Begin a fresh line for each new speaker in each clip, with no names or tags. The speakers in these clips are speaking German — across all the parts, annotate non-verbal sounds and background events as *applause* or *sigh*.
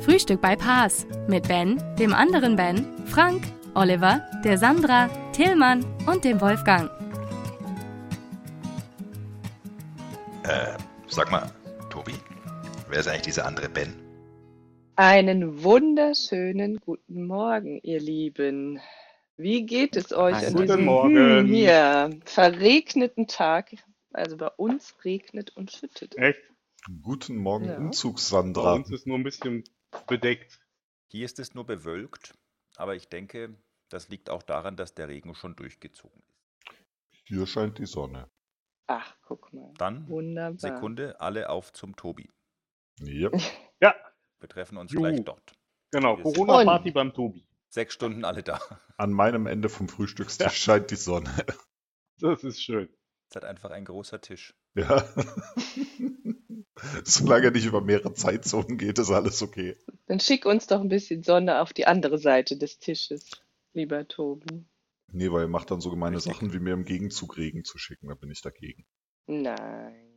Frühstück bei Paas mit Ben, dem anderen Ben, Frank, Oliver, der Sandra, Tillmann und dem Wolfgang.
Äh, sag mal, Tobi, wer ist eigentlich dieser andere Ben?
Einen wunderschönen guten Morgen, ihr Lieben. Wie geht es euch
Einen
an
guten
diesem
Morgen.
hier verregneten Tag? Also bei uns regnet und schüttet.
Echt?
Guten Morgen,
Ja.
Umzug,
Bei
Sandra.
uns ist nur ein bisschen bedeckt.
Hier ist es nur bewölkt, aber ich denke, das liegt auch daran, dass der Regen schon durchgezogen ist.
Hier scheint die Sonne.
Ach, guck mal.
Dann,
Wunderbar.
Sekunde, alle auf zum Tobi.
Yep.
Ja,
Wir treffen uns
Juhu.
gleich dort.
genau.
Wir sind-
Corona-Party beim Tobi.
Sechs Stunden alle da. *laughs*
An meinem Ende vom Frühstückstisch scheint die Sonne. *laughs*
Das ist schön.
Es hat einfach ein großer Tisch.
Ja. Solange nicht über mehrere Zeitzonen geht, ist alles okay.
Dann schick uns doch ein bisschen Sonne auf die andere Seite des Tisches, lieber Tobi.
Nee, weil er macht dann so gemeine
Richtig.
Sachen, wie mir im Gegenzug Regen zu schicken. Da bin ich dagegen.
Nein.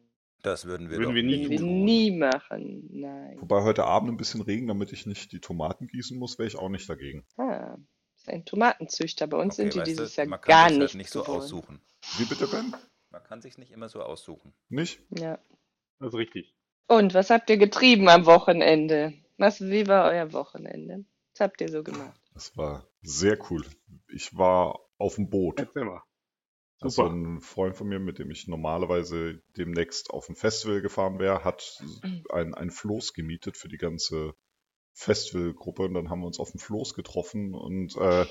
Das würden wir
Würden
doch
wir nie
nicht
Das wir
tun.
nie machen. Nein.
Wobei heute Abend ein bisschen Regen, damit ich nicht die Tomaten gießen muss, wäre ich auch nicht dagegen.
Ah, ist ein Tomatenzüchter. Bei uns
Okay,
sind die
weißt du,
dieses Jahr
man kann
gar
sich
nicht
halt nicht so
geworden.
aussuchen.
Wie bitte, Ben?
Man kann sich nicht immer so aussuchen.
Nicht?
Ja.
Das ist richtig.
Und was habt ihr getrieben am Wochenende? Was, wie war euer Wochenende? Was habt ihr so gemacht?
Das war sehr cool. Ich war auf dem Boot.
Erzähl mal.
Also
Super.
ein Freund von mir, mit dem ich normalerweise demnächst auf ein Festival gefahren wäre, hat ein, ein Floß gemietet für die ganze Festivalgruppe und dann haben wir uns auf dem Floß getroffen und äh,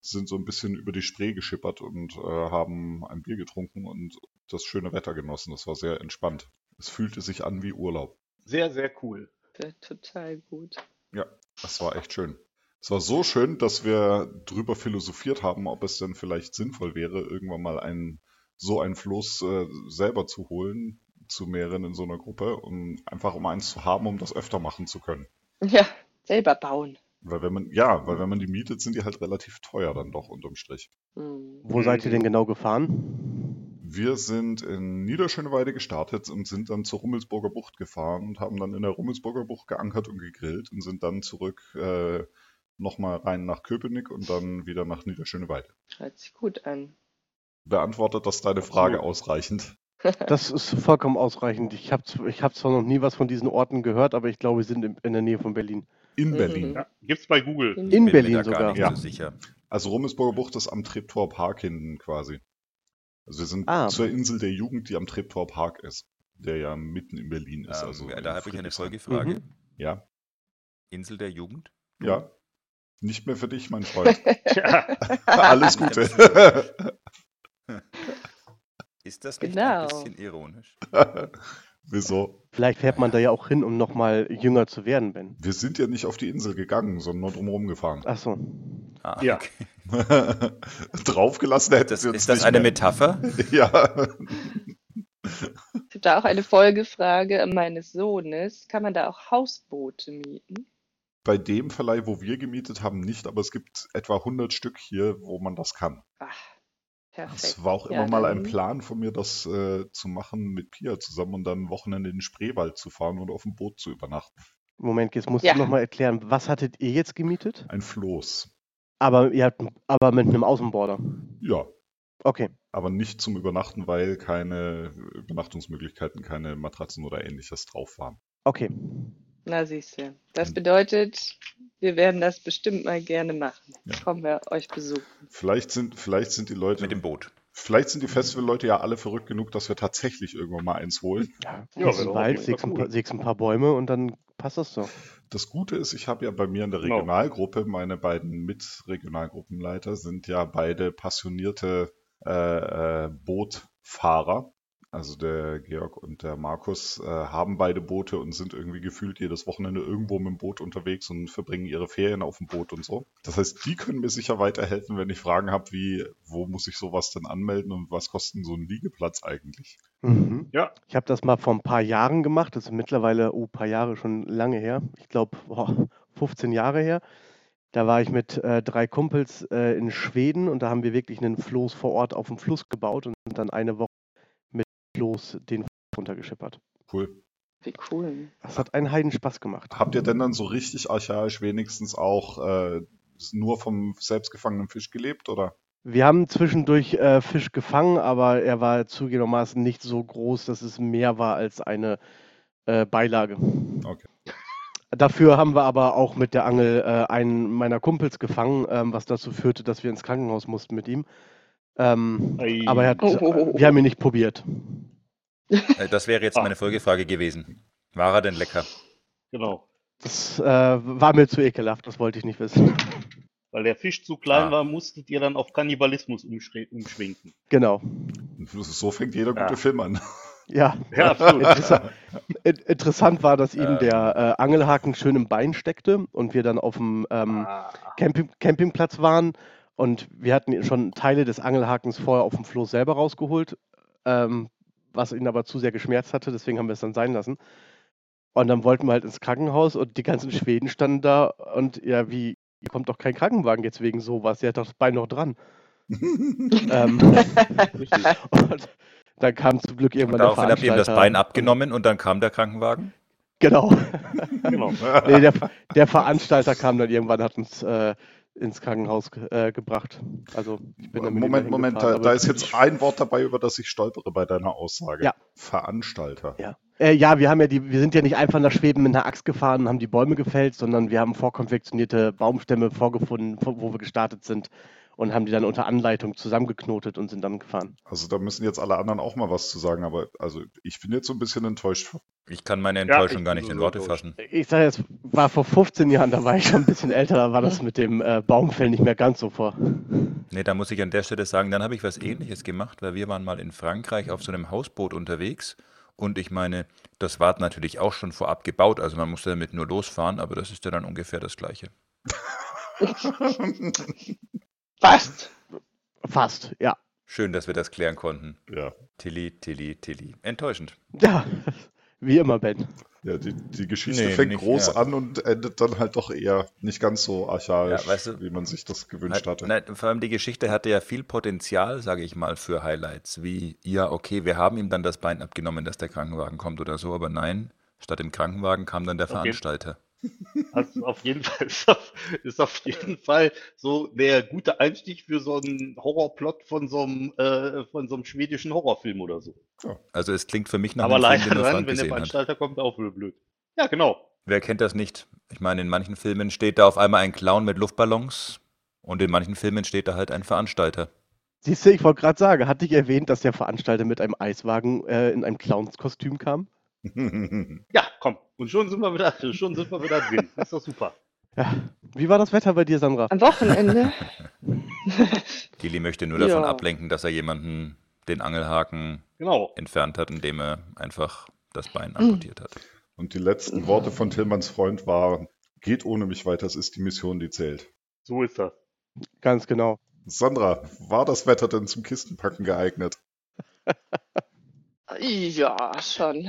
sind so ein bisschen über die Spree geschippert und äh, haben ein Bier getrunken und das schöne Wetter genossen. Das war sehr entspannt. Es fühlte sich an wie Urlaub.
Sehr, sehr cool.
Wird total gut. *laughs*
Das war echt schön. Es war so schön, dass wir drüber philosophiert haben, ob es denn vielleicht sinnvoll wäre, irgendwann mal einen, so ein Floß äh, selber zu holen, zu mehreren in so einer Gruppe, um einfach um eins zu haben, um das öfter machen zu können.
Ja, selber bauen.
Weil wenn man, ja, weil wenn man die mietet, sind die halt relativ teuer dann doch unterm Strich.
Hm.
Wo seid ihr denn genau gefahren?
Wir sind in Niederschöneweide gestartet und sind dann zur Rummelsburger Bucht gefahren und haben dann in der Rummelsburger Bucht geankert und gegrillt und sind dann zurück äh, nochmal rein nach Köpenick und dann wieder nach Niederschöneweide.
Hört sich gut an.
beantwortet das deine Frage ausreichend.
Das ist vollkommen ausreichend. Ich habe ich hab zwar noch nie was von diesen Orten gehört, aber ich glaube, sie sind in, in der Nähe von Berlin.
In
Mhm.
Berlin.
Ja, gibt's bei Google.
In
Bin
Berlin
mir da gar
sogar.
nicht so
Ja.
sicher.
Also Rummelsburger Bucht ist am Treptower Park hinten quasi. Also wir sind
Ah.
zur Insel der Jugend, die am Treptower Park ist, der ja mitten in Berlin ist.
Ähm,
also in
da habe ich eine
Friedrichshain.
Folgefrage.
Mhm. Ja,
Insel der Jugend?
ja. Nicht mehr für dich, mein Freund. *laughs*
*laughs* Ja,
Alles *laughs* Gute.
Ist das nicht
Genau.
ein bisschen ironisch?
Wieso?
Vielleicht fährt man da ja auch hin, um nochmal jünger zu werden, Ben.
Wir sind ja nicht auf die Insel gegangen, sondern nur drumherum gefahren. *laughs*
Ach so.
Ah,
Ja.
okay.
Draufgelassen hätten
das,
sie uns
ist das
nicht
eine
mehr.
Metapher?
*laughs* Ja.
Ich habe da auch eine Folgefrage meines Sohnes. Kann man da auch Hausboote mieten?
Bei dem Verleih, wo wir gemietet haben, nicht, aber es gibt etwa 100 Stück hier, wo man das kann.
Ach, perfekt.
Es war auch
Ja,
immer mal ein
dann-
Plan von mir, das äh, zu machen mit Pia zusammen und dann ein Wochenende in den Spreewald zu fahren und auf dem Boot zu übernachten.
Moment, jetzt musst
Ja.
du nochmal erklären, was hattet ihr jetzt gemietet?
Ein Floß.
Aber ihr habt aber mit einem Außenborder.
Ja,
Okay.
aber nicht zum Übernachten, weil keine Übernachtungsmöglichkeiten, keine Matratzen oder ähnliches drauf waren.
Okay.
Na siehst du. Das
Mhm.
bedeutet, wir werden das bestimmt mal gerne machen.
Ja.
Kommen wir euch besuchen.
Vielleicht sind, vielleicht sind die Leute,
Mit dem Boot.
vielleicht sind die Festivalleute ja alle verrückt genug, dass wir tatsächlich irgendwann mal eins holen.
Ja,
Ja,
ja, genau.
wäre doch
Wald,
auf jeden
sägst ein,
Fall
paar-
cool.
sägst ein paar Bäume und dann passt das doch.
Das Gute ist, ich habe ja bei mir in der
Genau.
Regionalgruppe, meine beiden Mitregionalgruppenleiter sind ja beide passionierte äh, äh, Bootfahrer. Also der Georg und der Markus äh, haben beide Boote und sind irgendwie gefühlt jedes Wochenende irgendwo mit dem Boot unterwegs und verbringen ihre Ferien auf dem Boot und so. Das heißt, die können mir sicher weiterhelfen, wenn ich Fragen habe, wie, wo muss ich sowas denn anmelden und was kostet so ein Liegeplatz eigentlich?
Mhm.
Ja.
Ich habe das mal vor ein paar Jahren gemacht. Das ist mittlerweile, oh, ein paar Jahre schon lange her. Ich glaube, 15 Jahre her. Da war ich mit äh, drei Kumpels äh, in Schweden und da haben wir wirklich einen Floß vor Ort auf dem Fluss gebaut und sind dann eine Woche mit Floß den Fluss runtergeschippert.
Cool.
Wie
*laughs*
cool.
Das hat einen Heiden Spaß gemacht.
Habt ihr denn dann so richtig archaisch wenigstens auch äh, nur vom selbstgefangenen Fisch gelebt oder?
Wir haben zwischendurch äh, Fisch gefangen, aber er war zugegebenermaßen nicht so groß, dass es mehr war als eine äh, Beilage.
Okay.
Dafür haben wir aber auch mit der Angel äh, einen meiner Kumpels gefangen, ähm, was dazu führte, dass wir ins Krankenhaus mussten mit ihm. Ähm,
Ei.
aber er hat,
Oh, oh, oh, oh.
wir haben ihn nicht probiert.
Äh, Das wäre jetzt
Ah.
meine Folgefrage gewesen. War er denn lecker?
Genau.
Das äh, war mir zu ekelhaft, das wollte ich nicht wissen.
Weil der Fisch zu klein
Ah.
war, musstet ihr dann auf Kannibalismus umschre- umschwenken.
Genau.
So fängt jeder gute
Ah.
Film an.
Ja. *laughs*
Ja, absolut.
Interessa in- interessant war, dass ihm
Ähm.
der äh, Angelhaken schön im Bein steckte und wir dann auf dem ähm,
Ah,
Camping Campingplatz waren und wir hatten schon Teile des Angelhakens vorher auf dem Floß selber rausgeholt, ähm, was ihn aber zu sehr geschmerzt hatte, deswegen haben wir es dann sein lassen. Und dann wollten wir halt ins Krankenhaus und die ganzen Schweden standen da und ja, wie, hier kommt doch kein Krankenwagen jetzt wegen sowas, der hat doch das Bein noch dran. *laughs* ähm,
richtig.
und dann kam zum Glück
Und
irgendwann der
daraufhin habt ihr ihm das
Veranstalter.
Bein abgenommen und dann kam der Krankenwagen?
Genau.
Genau.
*laughs* Nee, der, der Veranstalter kam dann irgendwann, hat uns äh, ins Krankenhaus ge äh, gebracht. Also ich bin dann mit ihm
Moment,
dahin
Moment,
gefahren,
da,
aber
da ist jetzt ein Wort dabei, über das ich stolpere bei deiner Aussage.
Ja.
Veranstalter.
Ja. Äh, ja, wir haben ja die, wir sind ja nicht einfach nach Schweden mit einer Axt gefahren und haben die Bäume gefällt, sondern wir haben vorkonfektionierte Baumstämme vorgefunden, wo wo wir gestartet sind und haben die dann unter Anleitung zusammengeknotet und sind dann gefahren.
Also da müssen jetzt alle anderen auch mal was zu sagen, aber also ich bin jetzt so ein bisschen enttäuscht.
Ich kann meine
Ja,
Enttäuschung
ich
gar
bin
nicht in
so
Worte
enttäuscht.
fassen.
Ich sage jetzt, war vor 15 Jahren, da war ich schon ein bisschen älter, da war das mit dem äh, Baumfällen nicht mehr ganz so vor.
Nee, da muss ich an der Stelle sagen, dann habe ich was Ähnliches gemacht, weil wir waren mal in Frankreich auf so einem Hausboot unterwegs. Und ich meine, das war natürlich auch schon vorab gebaut, also man musste damit nur losfahren, aber das ist ja dann ungefähr das Gleiche.
Fast.
Fast, ja.
Schön, dass wir das klären konnten.
*laughs* Ja.
Tilly, Tilly, Tilly. Enttäuschend.
Ja, wie immer, Ben.
Ja, die, die Geschichte
Nee,
fängt
nicht,
groß
ja.
an und endet dann halt doch eher nicht ganz so archaisch,
Ja, weißt du-
wie man sich das gewünscht hatte.
Nein, nein, vor allem die Geschichte hatte ja viel Potenzial, sage ich mal, für Highlights. Wie, ja, okay, wir haben ihm dann das Bein abgenommen, dass der Krankenwagen kommt oder so, aber nein, statt dem Krankenwagen kam dann der
Okay.
Veranstalter.
Also auf jeden Fall ist auf, ist auf jeden Fall so der gute Einstieg für so einen Horrorplot von so einem, äh, von so einem schwedischen Horrorfilm oder so.
Also es klingt für mich nach
Aber
einem Film, den
leider
nur
dann,
Frank
wenn der
gesehen hat.
Veranstalter kommt, auch wieder blöd. Ja, genau.
Wer kennt das nicht? Ich meine, in manchen Filmen steht da auf einmal ein Clown mit Luftballons und in manchen Filmen steht da halt ein Veranstalter.
Siehst du, ich wollte gerade sagen, hatte ich erwähnt, dass der Veranstalter mit einem Eiswagen äh, in einem Clownskostüm kam?
*laughs*
Ja, komm. Und schon sind wir wieder, schon sind wir wieder drin. Ist doch super.
Ja. Wie war das Wetter bei dir, Sandra?
Am Wochenende.
Dilly möchte nur davon
Ja.
ablenken, dass er jemanden den Angelhaken
Genau.
entfernt hat, indem er einfach das Bein amputiert hat.
und die letzten Worte von Tillmanns Freund waren, geht ohne mich weiter, es ist die Mission, die zählt.
So ist das.
Ganz genau.
Sandra, war das Wetter denn zum Kistenpacken geeignet?
*laughs*
*laughs*
Ja, *laughs* schon.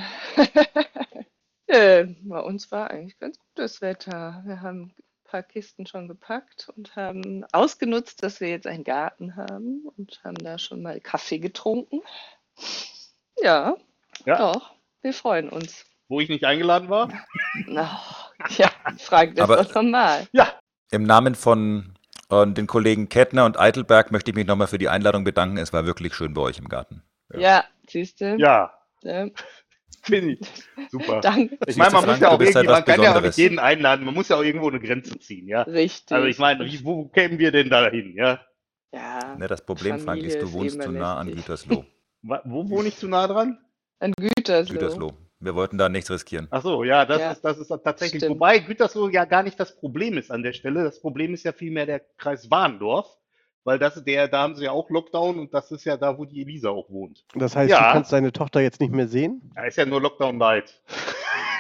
äh, bei uns war eigentlich ganz gutes Wetter. Wir haben ein paar Kisten schon gepackt und haben ausgenutzt, dass wir jetzt einen Garten haben und haben da schon mal Kaffee getrunken. Ja,
Ja.
doch, wir freuen uns.
Wo ich nicht eingeladen war?
Na, ja, frag das
Aber-
doch nochmal.
Ja.
Im Namen von äh, den Kollegen Kettner und Eitelberg möchte ich mich nochmal für die Einladung bedanken. Es war wirklich schön bei euch im Garten.
Ja.
Ja, siehst du?
Ja.
Ne?
Finde ich. Super.
Danke.
Ich meine, man
Siehst du,
muss ja
Frank,
auch
du bist
irgendwie,
halt was
man kann ja auch
Besonderes.
nicht jeden einladen. Man muss ja auch irgendwo eine Grenze ziehen, ja.
Richtig.
*laughs* Also ich meine, wie- wo kämen wir denn da hin, ja?
Ja,
Ne, das Problem, Frank,
Familie
ist, du
ist
wohnst
immer
zu nah an
lästig. *laughs*
Gütersloh.
Wa- Wo wohne ich zu nah dran?
ein Gütersloh.
Gütersloh. Wir wollten da nichts riskieren.
Ach so, ja, das
Ja,
ist, das ist tatsächlich.
stimmt.
Wobei Gütersloh ja gar nicht das Problem ist an der Stelle. Das Problem ist ja vielmehr der Kreis Warndorf, Weil das, der, da haben sie ja auch Lockdown und das ist ja da, wo die Elisa auch wohnt.
Das heißt,
Ja.
du kannst deine Tochter jetzt nicht mehr sehen?
Da ist ja nur Lockdown
*laughs*
Light.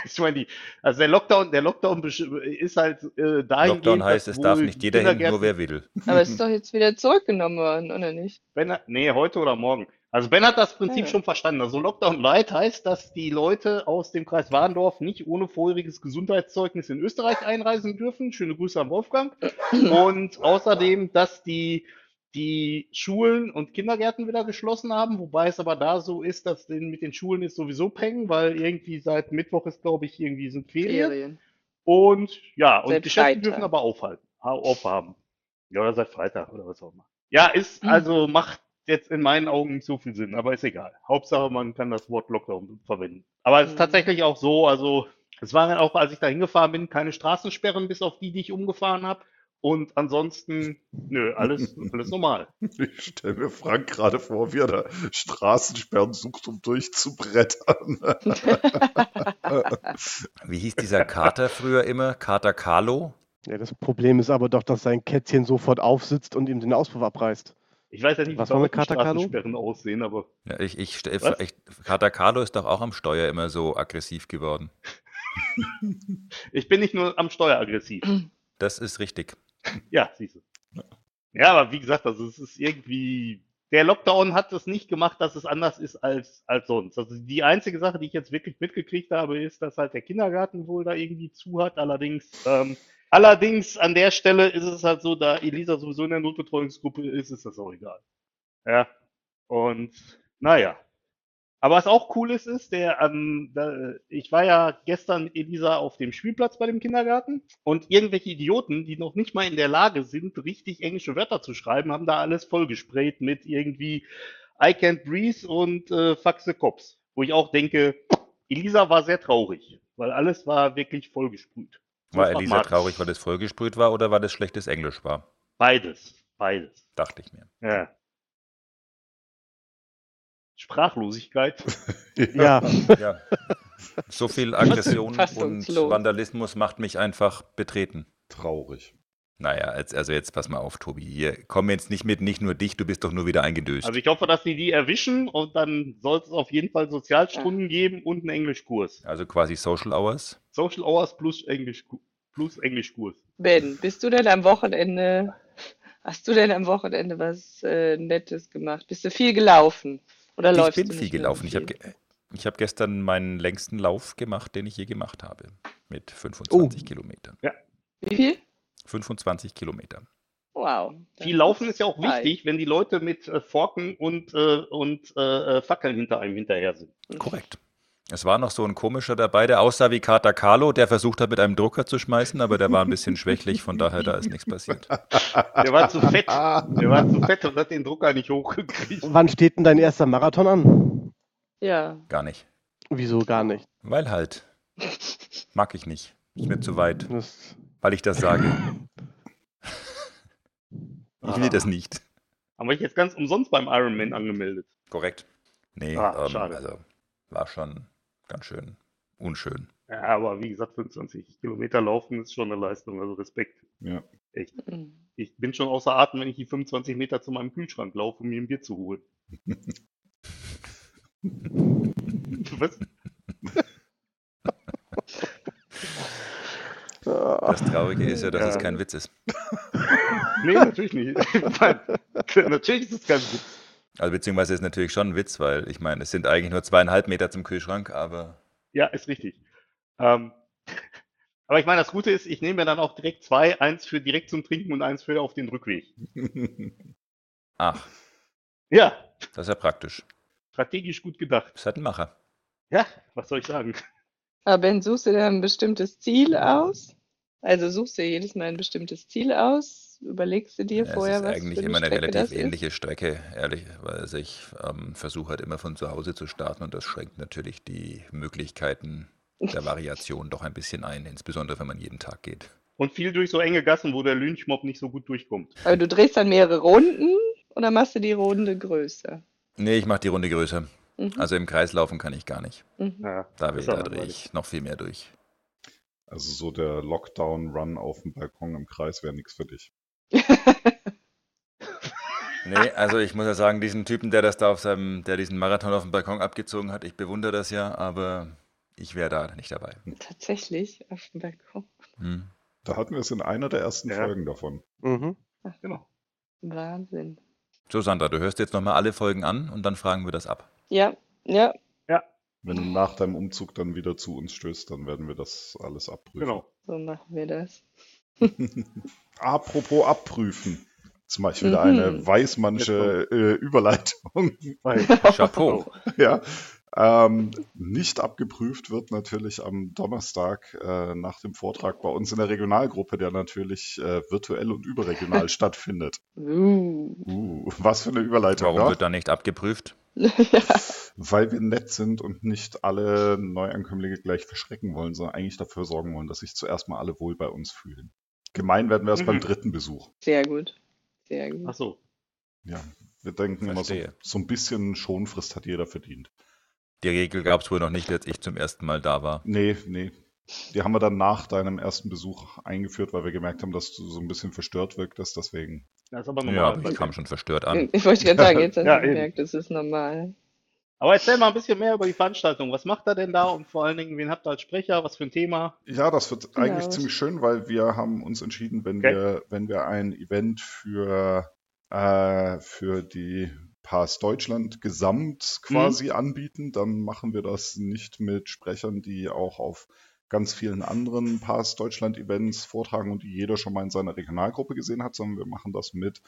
Ich meine, die, also der Lockdown, der Lockdown besch- ist halt äh, dahingehend.
Lockdown heißt,
dass
es darf
wohl
nicht jeder hin,
Kindergärten-
nur wer will.
Aber es ist doch jetzt wieder zurückgenommen worden, oder nicht?
Ben hat, nee, heute oder morgen. Also Ben hat das Prinzip
Ja.
schon verstanden. Also Lockdown Light heißt, dass die Leute aus dem Kreis Warndorf nicht ohne vorheriges Gesundheitszeugnis in Österreich einreisen dürfen. Schöne Grüße an Wolfgang. Und außerdem, dass die, die Schulen und Kindergärten wieder geschlossen haben, wobei es aber da so ist, dass den, mit den Schulen ist sowieso Peng, weil irgendwie seit Mittwoch ist, glaube ich, irgendwie sind Ferien.
Ferien.
Und ja, und
Seit
Geschäfte
Freitag.
dürfen aber aufhalten, ha- aufhaben. Ja, oder seit Freitag oder was auch immer. Ja, ist,
Mhm.
also macht jetzt in meinen Augen nicht so viel Sinn, aber ist egal. Hauptsache, man kann das Wort Lockdown verwenden. Aber es ist
Mhm.
tatsächlich auch so, also es waren auch, als ich da hingefahren bin, keine Straßensperren, bis auf die, die ich umgefahren habe. Und ansonsten, nö, alles, alles normal.
Ich stelle mir Frank gerade vor, wie er da Straßensperren sucht, um durchzubrettern. *laughs*
Wie hieß dieser Kater früher immer? Kater Carlo?
Ja, das Problem ist aber doch, dass sein Kätzchen sofort aufsitzt und ihm den Auspuff abreißt.
Ich weiß ja nicht, wie
Was
bei
war mit
euch die
Katakalo?
Straßensperren aussehen, aber
Ja, ich, ich, stell-
Was?
ich, Kater Carlo ist doch auch am Steuer immer so aggressiv geworden.
ich bin nicht nur am Steuer aggressiv.
Das ist richtig.
*laughs* Ja, siehst du. Ja, aber wie gesagt, also es ist irgendwie. Der Lockdown hat es nicht gemacht, dass es anders ist als, als sonst. Also die einzige Sache, die ich jetzt wirklich mitgekriegt habe, ist, dass halt der Kindergarten wohl da irgendwie zu hat. Allerdings, ähm, allerdings an der Stelle ist es halt so, da Elisa sowieso in der Notbetreuungsgruppe ist, ist das auch egal. Ja. Und naja. Aber was auch cool ist, ist, der, ähm, da, ich war ja gestern mit Elisa auf dem Spielplatz bei dem Kindergarten und irgendwelche Idioten, die noch nicht mal in der Lage sind, richtig englische Wörter zu schreiben, haben da alles vollgesprayt mit irgendwie I can't breathe und äh, fuck the cops. Wo ich auch denke, Elisa war sehr traurig, weil alles war wirklich vollgesprüht.
War
Das
Elisa
mag ich.
traurig, weil das vollgesprüht war oder weil das schlechtes Englisch war?
Beides, beides.
Dachte
*laughs*
ich mir.
Ja. Sprachlosigkeit.
Ja,
Ja. So viel Aggression und
Fassungslos.
Vandalismus macht mich einfach betreten.
Traurig.
Naja, jetzt, also jetzt pass mal auf, Tobi. Hier, komm jetzt nicht mit, nicht nur dich, du bist doch nur wieder eingedöst.
Also ich hoffe, dass sie die erwischen und dann soll es auf jeden Fall Sozialstunden geben und einen Englischkurs.
also quasi Social Hours.
Social Hours plus Englisch plus Englischkurs.
*laughs* Ben, bist du denn am Wochenende, hast du denn am Wochenende was äh, Nettes gemacht? Bist du viel gelaufen? Oder
Ich
läufst
bin
du
viel
nicht mehr
gelaufen. Ich
so
habe
viel?
ge ich hab gestern meinen längsten Lauf gemacht, den ich je gemacht habe. Mit
Oh.
25 Kilometern.
Wie viel?
25 Kilometer.
Wow.
Viel Laufen ist ja auch
Nein.
wichtig, wenn die Leute mit äh, Forken und, äh, und äh, äh, Fackeln hinter einem hinterher sind.
Korrekt. Es war noch so ein komischer dabei, der aussah wie Kater Carlo, der versucht hat, mit einem Drucker zu schmeißen, aber der war ein bisschen schwächlich, von daher da ist nichts passiert.
Der war zu fett. Der war zu fett und hat den Drucker nicht hochgekriegt.
wann steht denn dein erster Marathon an?
Ja.
Gar nicht.
Wieso gar nicht?
Weil halt. Mag ich nicht. Ist mir zu weit,
Das,
weil ich das sage. Ich will das nicht.
Haben wir jetzt ganz umsonst beim Ironman angemeldet.
Korrekt. Nee,
Ah,
ähm,
schade.
also war schon ganz schön unschön.
Ja, aber wie gesagt, 25 Kilometer laufen ist schon eine Leistung, also Respekt.
Ja.
Echt.
Mhm.
Ich bin schon außer Atem, wenn ich die 25 Meter zu meinem Kühlschrank laufe, um mir ein Bier zu
*laughs*
holen. Was?
Das Traurige ist ja, dass
Ja.
es kein Witz ist.
Nee, natürlich nicht. *laughs* natürlich ist es kein Witz.
Also beziehungsweise ist natürlich schon ein Witz, weil ich meine, es sind eigentlich nur zweieinhalb Meter zum Kühlschrank, aber
Ja, ist richtig. Ähm, aber ich meine, das Gute ist, ich nehme mir dann auch direkt zwei, eins für direkt zum Trinken und eins für auf den Rückweg.
ach,
Ja,
das ist ja praktisch.
strategisch gut gedacht.
Das hat ein Macher.
Ja, was soll ich sagen?
Aber Ben, suchst du dir ein bestimmtes Ziel aus? Also suchst du dir jedes Mal ein bestimmtes Ziel aus? Überlegst du dir
Ja,
vorher,
es ist
was
eigentlich
für eine
immer eine
Strecke das
relativ
ist?
ähnliche Strecke, ehrlich, weil ich ähm, versuche halt immer von zu Hause zu starten und das schränkt natürlich die Möglichkeiten
*laughs*
der Variation doch ein bisschen ein, insbesondere wenn man jeden Tag geht.
Und viel durch so enge Gassen, wo der Lynchmob nicht so gut durchkommt.
Aber du drehst dann mehrere Runden oder machst du die Runde größer?
Nee, ich mache die Runde größer.
Mhm.
Also im Kreis laufen kann ich gar nicht.
Mhm.
Ja,
Da,
ist
da
aber
drehe ich noch viel mehr durch.
Also so der Lockdown-Run auf dem Balkon im Kreis wäre nichts für dich.
Nee, also ich muss ja sagen, diesen Typen, der das da auf seinem, der diesen Marathon auf dem Balkon abgezogen hat, ich bewundere das ja, aber ich wäre da nicht dabei.
ähm, Tatsächlich, auf dem Balkon.
Hm.
Da hatten wir es in einer der ersten
Ja.
Folgen davon.
Mhm.
Genau.
Wahnsinn.
So, Sandra, du hörst jetzt nochmal alle Folgen an und dann fragen wir das ab.
Ja, ja,
Wenn du nach deinem Umzug dann wieder zu uns stößt, dann werden wir das alles abprüfen.
Genau.
so machen wir das.
Apropos abprüfen. Jetzt mache ich wieder
Mhm.
eine weißmannsche äh, Überleitung. *laughs* Weil,
Chapeau.
ja, ähm, nicht abgeprüft wird natürlich am Donnerstag äh, nach dem Vortrag bei uns in der Regionalgruppe, der natürlich äh, virtuell und überregional stattfindet.
Uh. *laughs*
Uh, was für eine Überleitung.
Warum
ne?
wird da nicht abgeprüft?
weil wir nett sind und nicht alle Neuankömmlinge gleich verschrecken wollen, sondern eigentlich dafür sorgen wollen, dass sich zuerst mal alle wohl bei uns fühlen. Gemein werden wir erst
Mhm.
beim dritten Besuch.
Sehr gut. Sehr gut. Hm,
Ach so.
Ja, wir denken immer so,
Verstehe.
so ein bisschen Schonfrist hat jeder verdient.
Die Regel gab es wohl noch nicht, als ich zum ersten Mal da war.
Nee, nee. Die haben wir dann nach deinem ersten Besuch eingeführt, weil wir gemerkt haben, dass du so ein bisschen verstört wirktest. Deswegen,
Das ist aber
Ja,
normal.
aber ich kam schon verstört an.
Ich wollte gerade
*laughs*
sagen, jetzt hast
Ja,
du
eben.
gemerkt, das ist normal.
aber erzähl mal ein bisschen mehr über die Veranstaltung. Was macht er denn da und vor allen Dingen, wen habt ihr als Sprecher? Was für ein Thema?
ja, das wird
Genau.
eigentlich ziemlich schön, weil wir haben uns entschieden, wenn
Okay.
wir, wenn wir ein Event für, äh, für die Pass Deutschland gesamt quasi anbieten, dann machen wir das nicht mit Sprechern, die auch auf ganz vielen anderen Pass Deutschland Events vortragen und die jeder schon mal in seiner Regionalgruppe gesehen hat, sondern wir machen das mit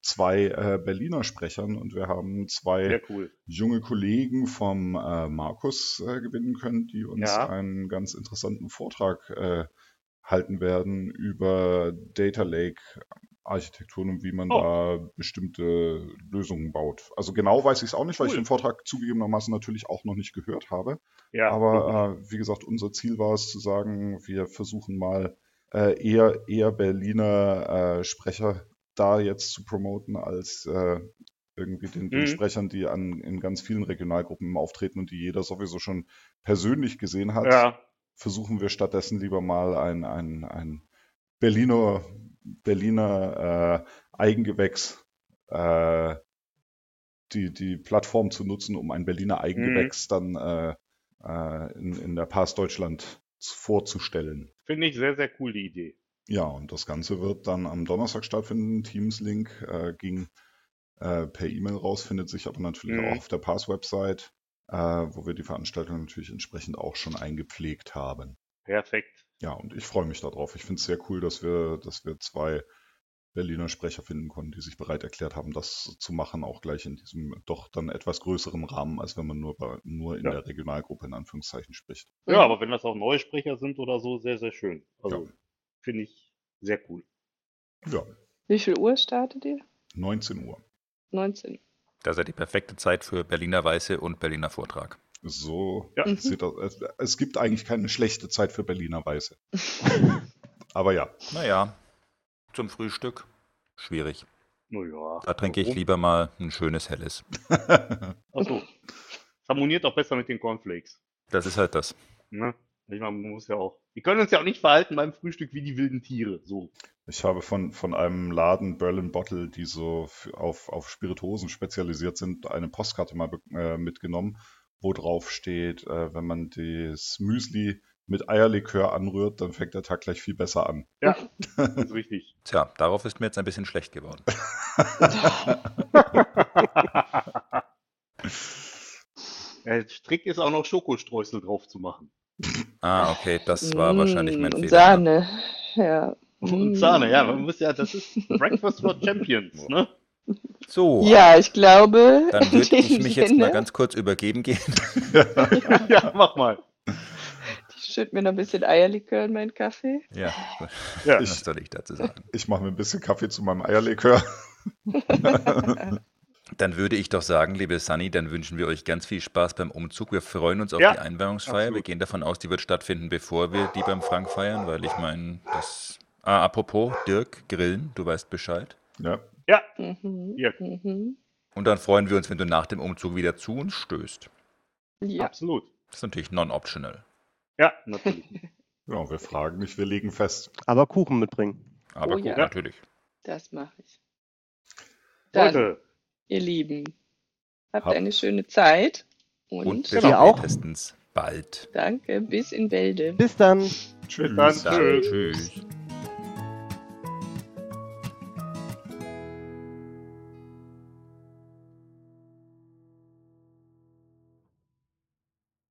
zwei äh, Berliner Sprechern und wir haben zwei
Sehr cool.
junge Kollegen vom äh, Markus äh, gewinnen können, die uns
Ja.
einen ganz interessanten Vortrag äh, halten werden über Data Lake Architekturen und wie man
Oh.
da bestimmte Lösungen baut. Also genau weiß ich es auch nicht, weil ich
Cool.
den Vortrag zugegebenermaßen natürlich auch noch nicht gehört habe.
Ja.
Aber äh, wie gesagt, unser Ziel war es zu sagen, wir versuchen mal äh, eher, eher Berliner äh, Sprecher da jetzt zu promoten, als äh, irgendwie den, den
Mhm.
Sprechern, die an, in ganz vielen Regionalgruppen immer auftreten und die jeder sowieso schon persönlich gesehen
äh,
hat.
ja.
Versuchen wir stattdessen lieber mal ein, ein, ein Berliner, Berliner äh, Eigengewächs. Äh, die, die Plattform zu nutzen, um ein Berliner Eigengewächs dann äh, äh, in, in der Pass Deutschland z- vorzustellen.
Finde ich sehr, sehr cool, die Idee.
Ja, und das Ganze wird dann am Donnerstag stattfinden. Teams-Link äh, ging äh, per E-Mail raus, findet sich aber natürlich
Mhm.
auch auf der Pass-Website, äh, wo wir die Veranstaltung natürlich entsprechend auch schon eingepflegt haben.
Perfekt.
Ja, und ich freue mich darauf. Ich finde es sehr cool, dass wir, dass wir zwei Berliner Sprecher finden konnten, die sich bereit erklärt haben, das zu machen, auch gleich in diesem doch dann etwas größeren Rahmen, als wenn man nur bei, nur in
Ja.
der Regionalgruppe in Anführungszeichen spricht.
Ja,
Hm.
aber wenn das auch neue Sprecher sind oder so, sehr, sehr schön. Also
Ja.
finde ich sehr cool.
Ja,
Wie viel Uhr startet ihr?
19 Uhr.
*laughs*
19.
Das ist ja die perfekte Zeit für Berliner Weiße und Berliner Vortrag.
So
Ja.
sieht das. Es, es gibt eigentlich keine schlechte Zeit für Berliner Weiße. Aber ja, *laughs*
Naja, zum Frühstück schwierig.
Naja.
Da trinke ich
warum?
lieber mal ein schönes Helles.
Ach so. Es harmoniert auch besser mit den Cornflakes.
Das ist halt das.
Ne? Ich meine, man muss ja auch. Wir können uns ja auch nicht verhalten beim Frühstück wie die wilden Tiere. So.
ich habe von, von einem Laden Berlin Bottle, die so für, auf, auf Spirituosen spezialisiert sind, eine Postkarte mal be- äh, mitgenommen, wo drauf steht, äh, wenn man das Müsli mit Eierlikör anrührt, dann fängt der Tag gleich viel besser an.
Ja, das
*laughs*
ist richtig. *laughs*
Tja, darauf ist mir jetzt ein bisschen schlecht geworden.
Der Strick ist auch noch Schokostreusel drauf zu machen.
Ah, okay, das war
Mm,
wahrscheinlich mein
Und
Fehler.
Sahne. Ja. Mhm. Hm.
Und Sahne, ja, man muss ja, das ist Breakfast for Champions, ne? *laughs*
So,
Ja, ne? ich glaube. *laughs*
dann würde
in
ich
dem
mich jetzt mal
Sinne,
ganz kurz übergeben gehen.
Ja, mach mal.
Ich schütte mir noch ein bisschen Eierlikör in meinen Kaffee.
Ja, *laughs*
Ja.
was soll ich dazu sagen?
Ich mache mir ein bisschen Kaffee zu meinem Eierlikör. *laughs*
Dann würde ich doch sagen, liebe Sunny, dann wünschen wir euch ganz viel Spaß beim Umzug. Wir freuen uns auf
Ja,
die Einweihungsfeier. Wir
absolut.
gehen davon aus, die wird stattfinden, bevor wir die beim Frank feiern, weil ich meine, das. Ah, apropos, Dirk, Grillen, du weißt Bescheid.
Ja,
Ja,
Mhm.
Ja.
Mhm.
Und dann freuen wir uns, wenn du nach dem Umzug wieder zu uns stößt.
ja.
absolut.
Das ist natürlich non-optional.
Ja, natürlich.
ja, genau, wir fragen nicht, wir legen fest.
Aber Kuchen mitbringen.
Aber
Oh
gut,
ja.
natürlich.
das mache ich. Dann,
Leute,
ihr Lieben, habt
Hab-
eine schöne Zeit und,
Und bis
Genau. Ihr auch.
spätestens bald.
danke, bis in Bälde.
Bis dann.
bis dann. Tschüss.
Tschüss.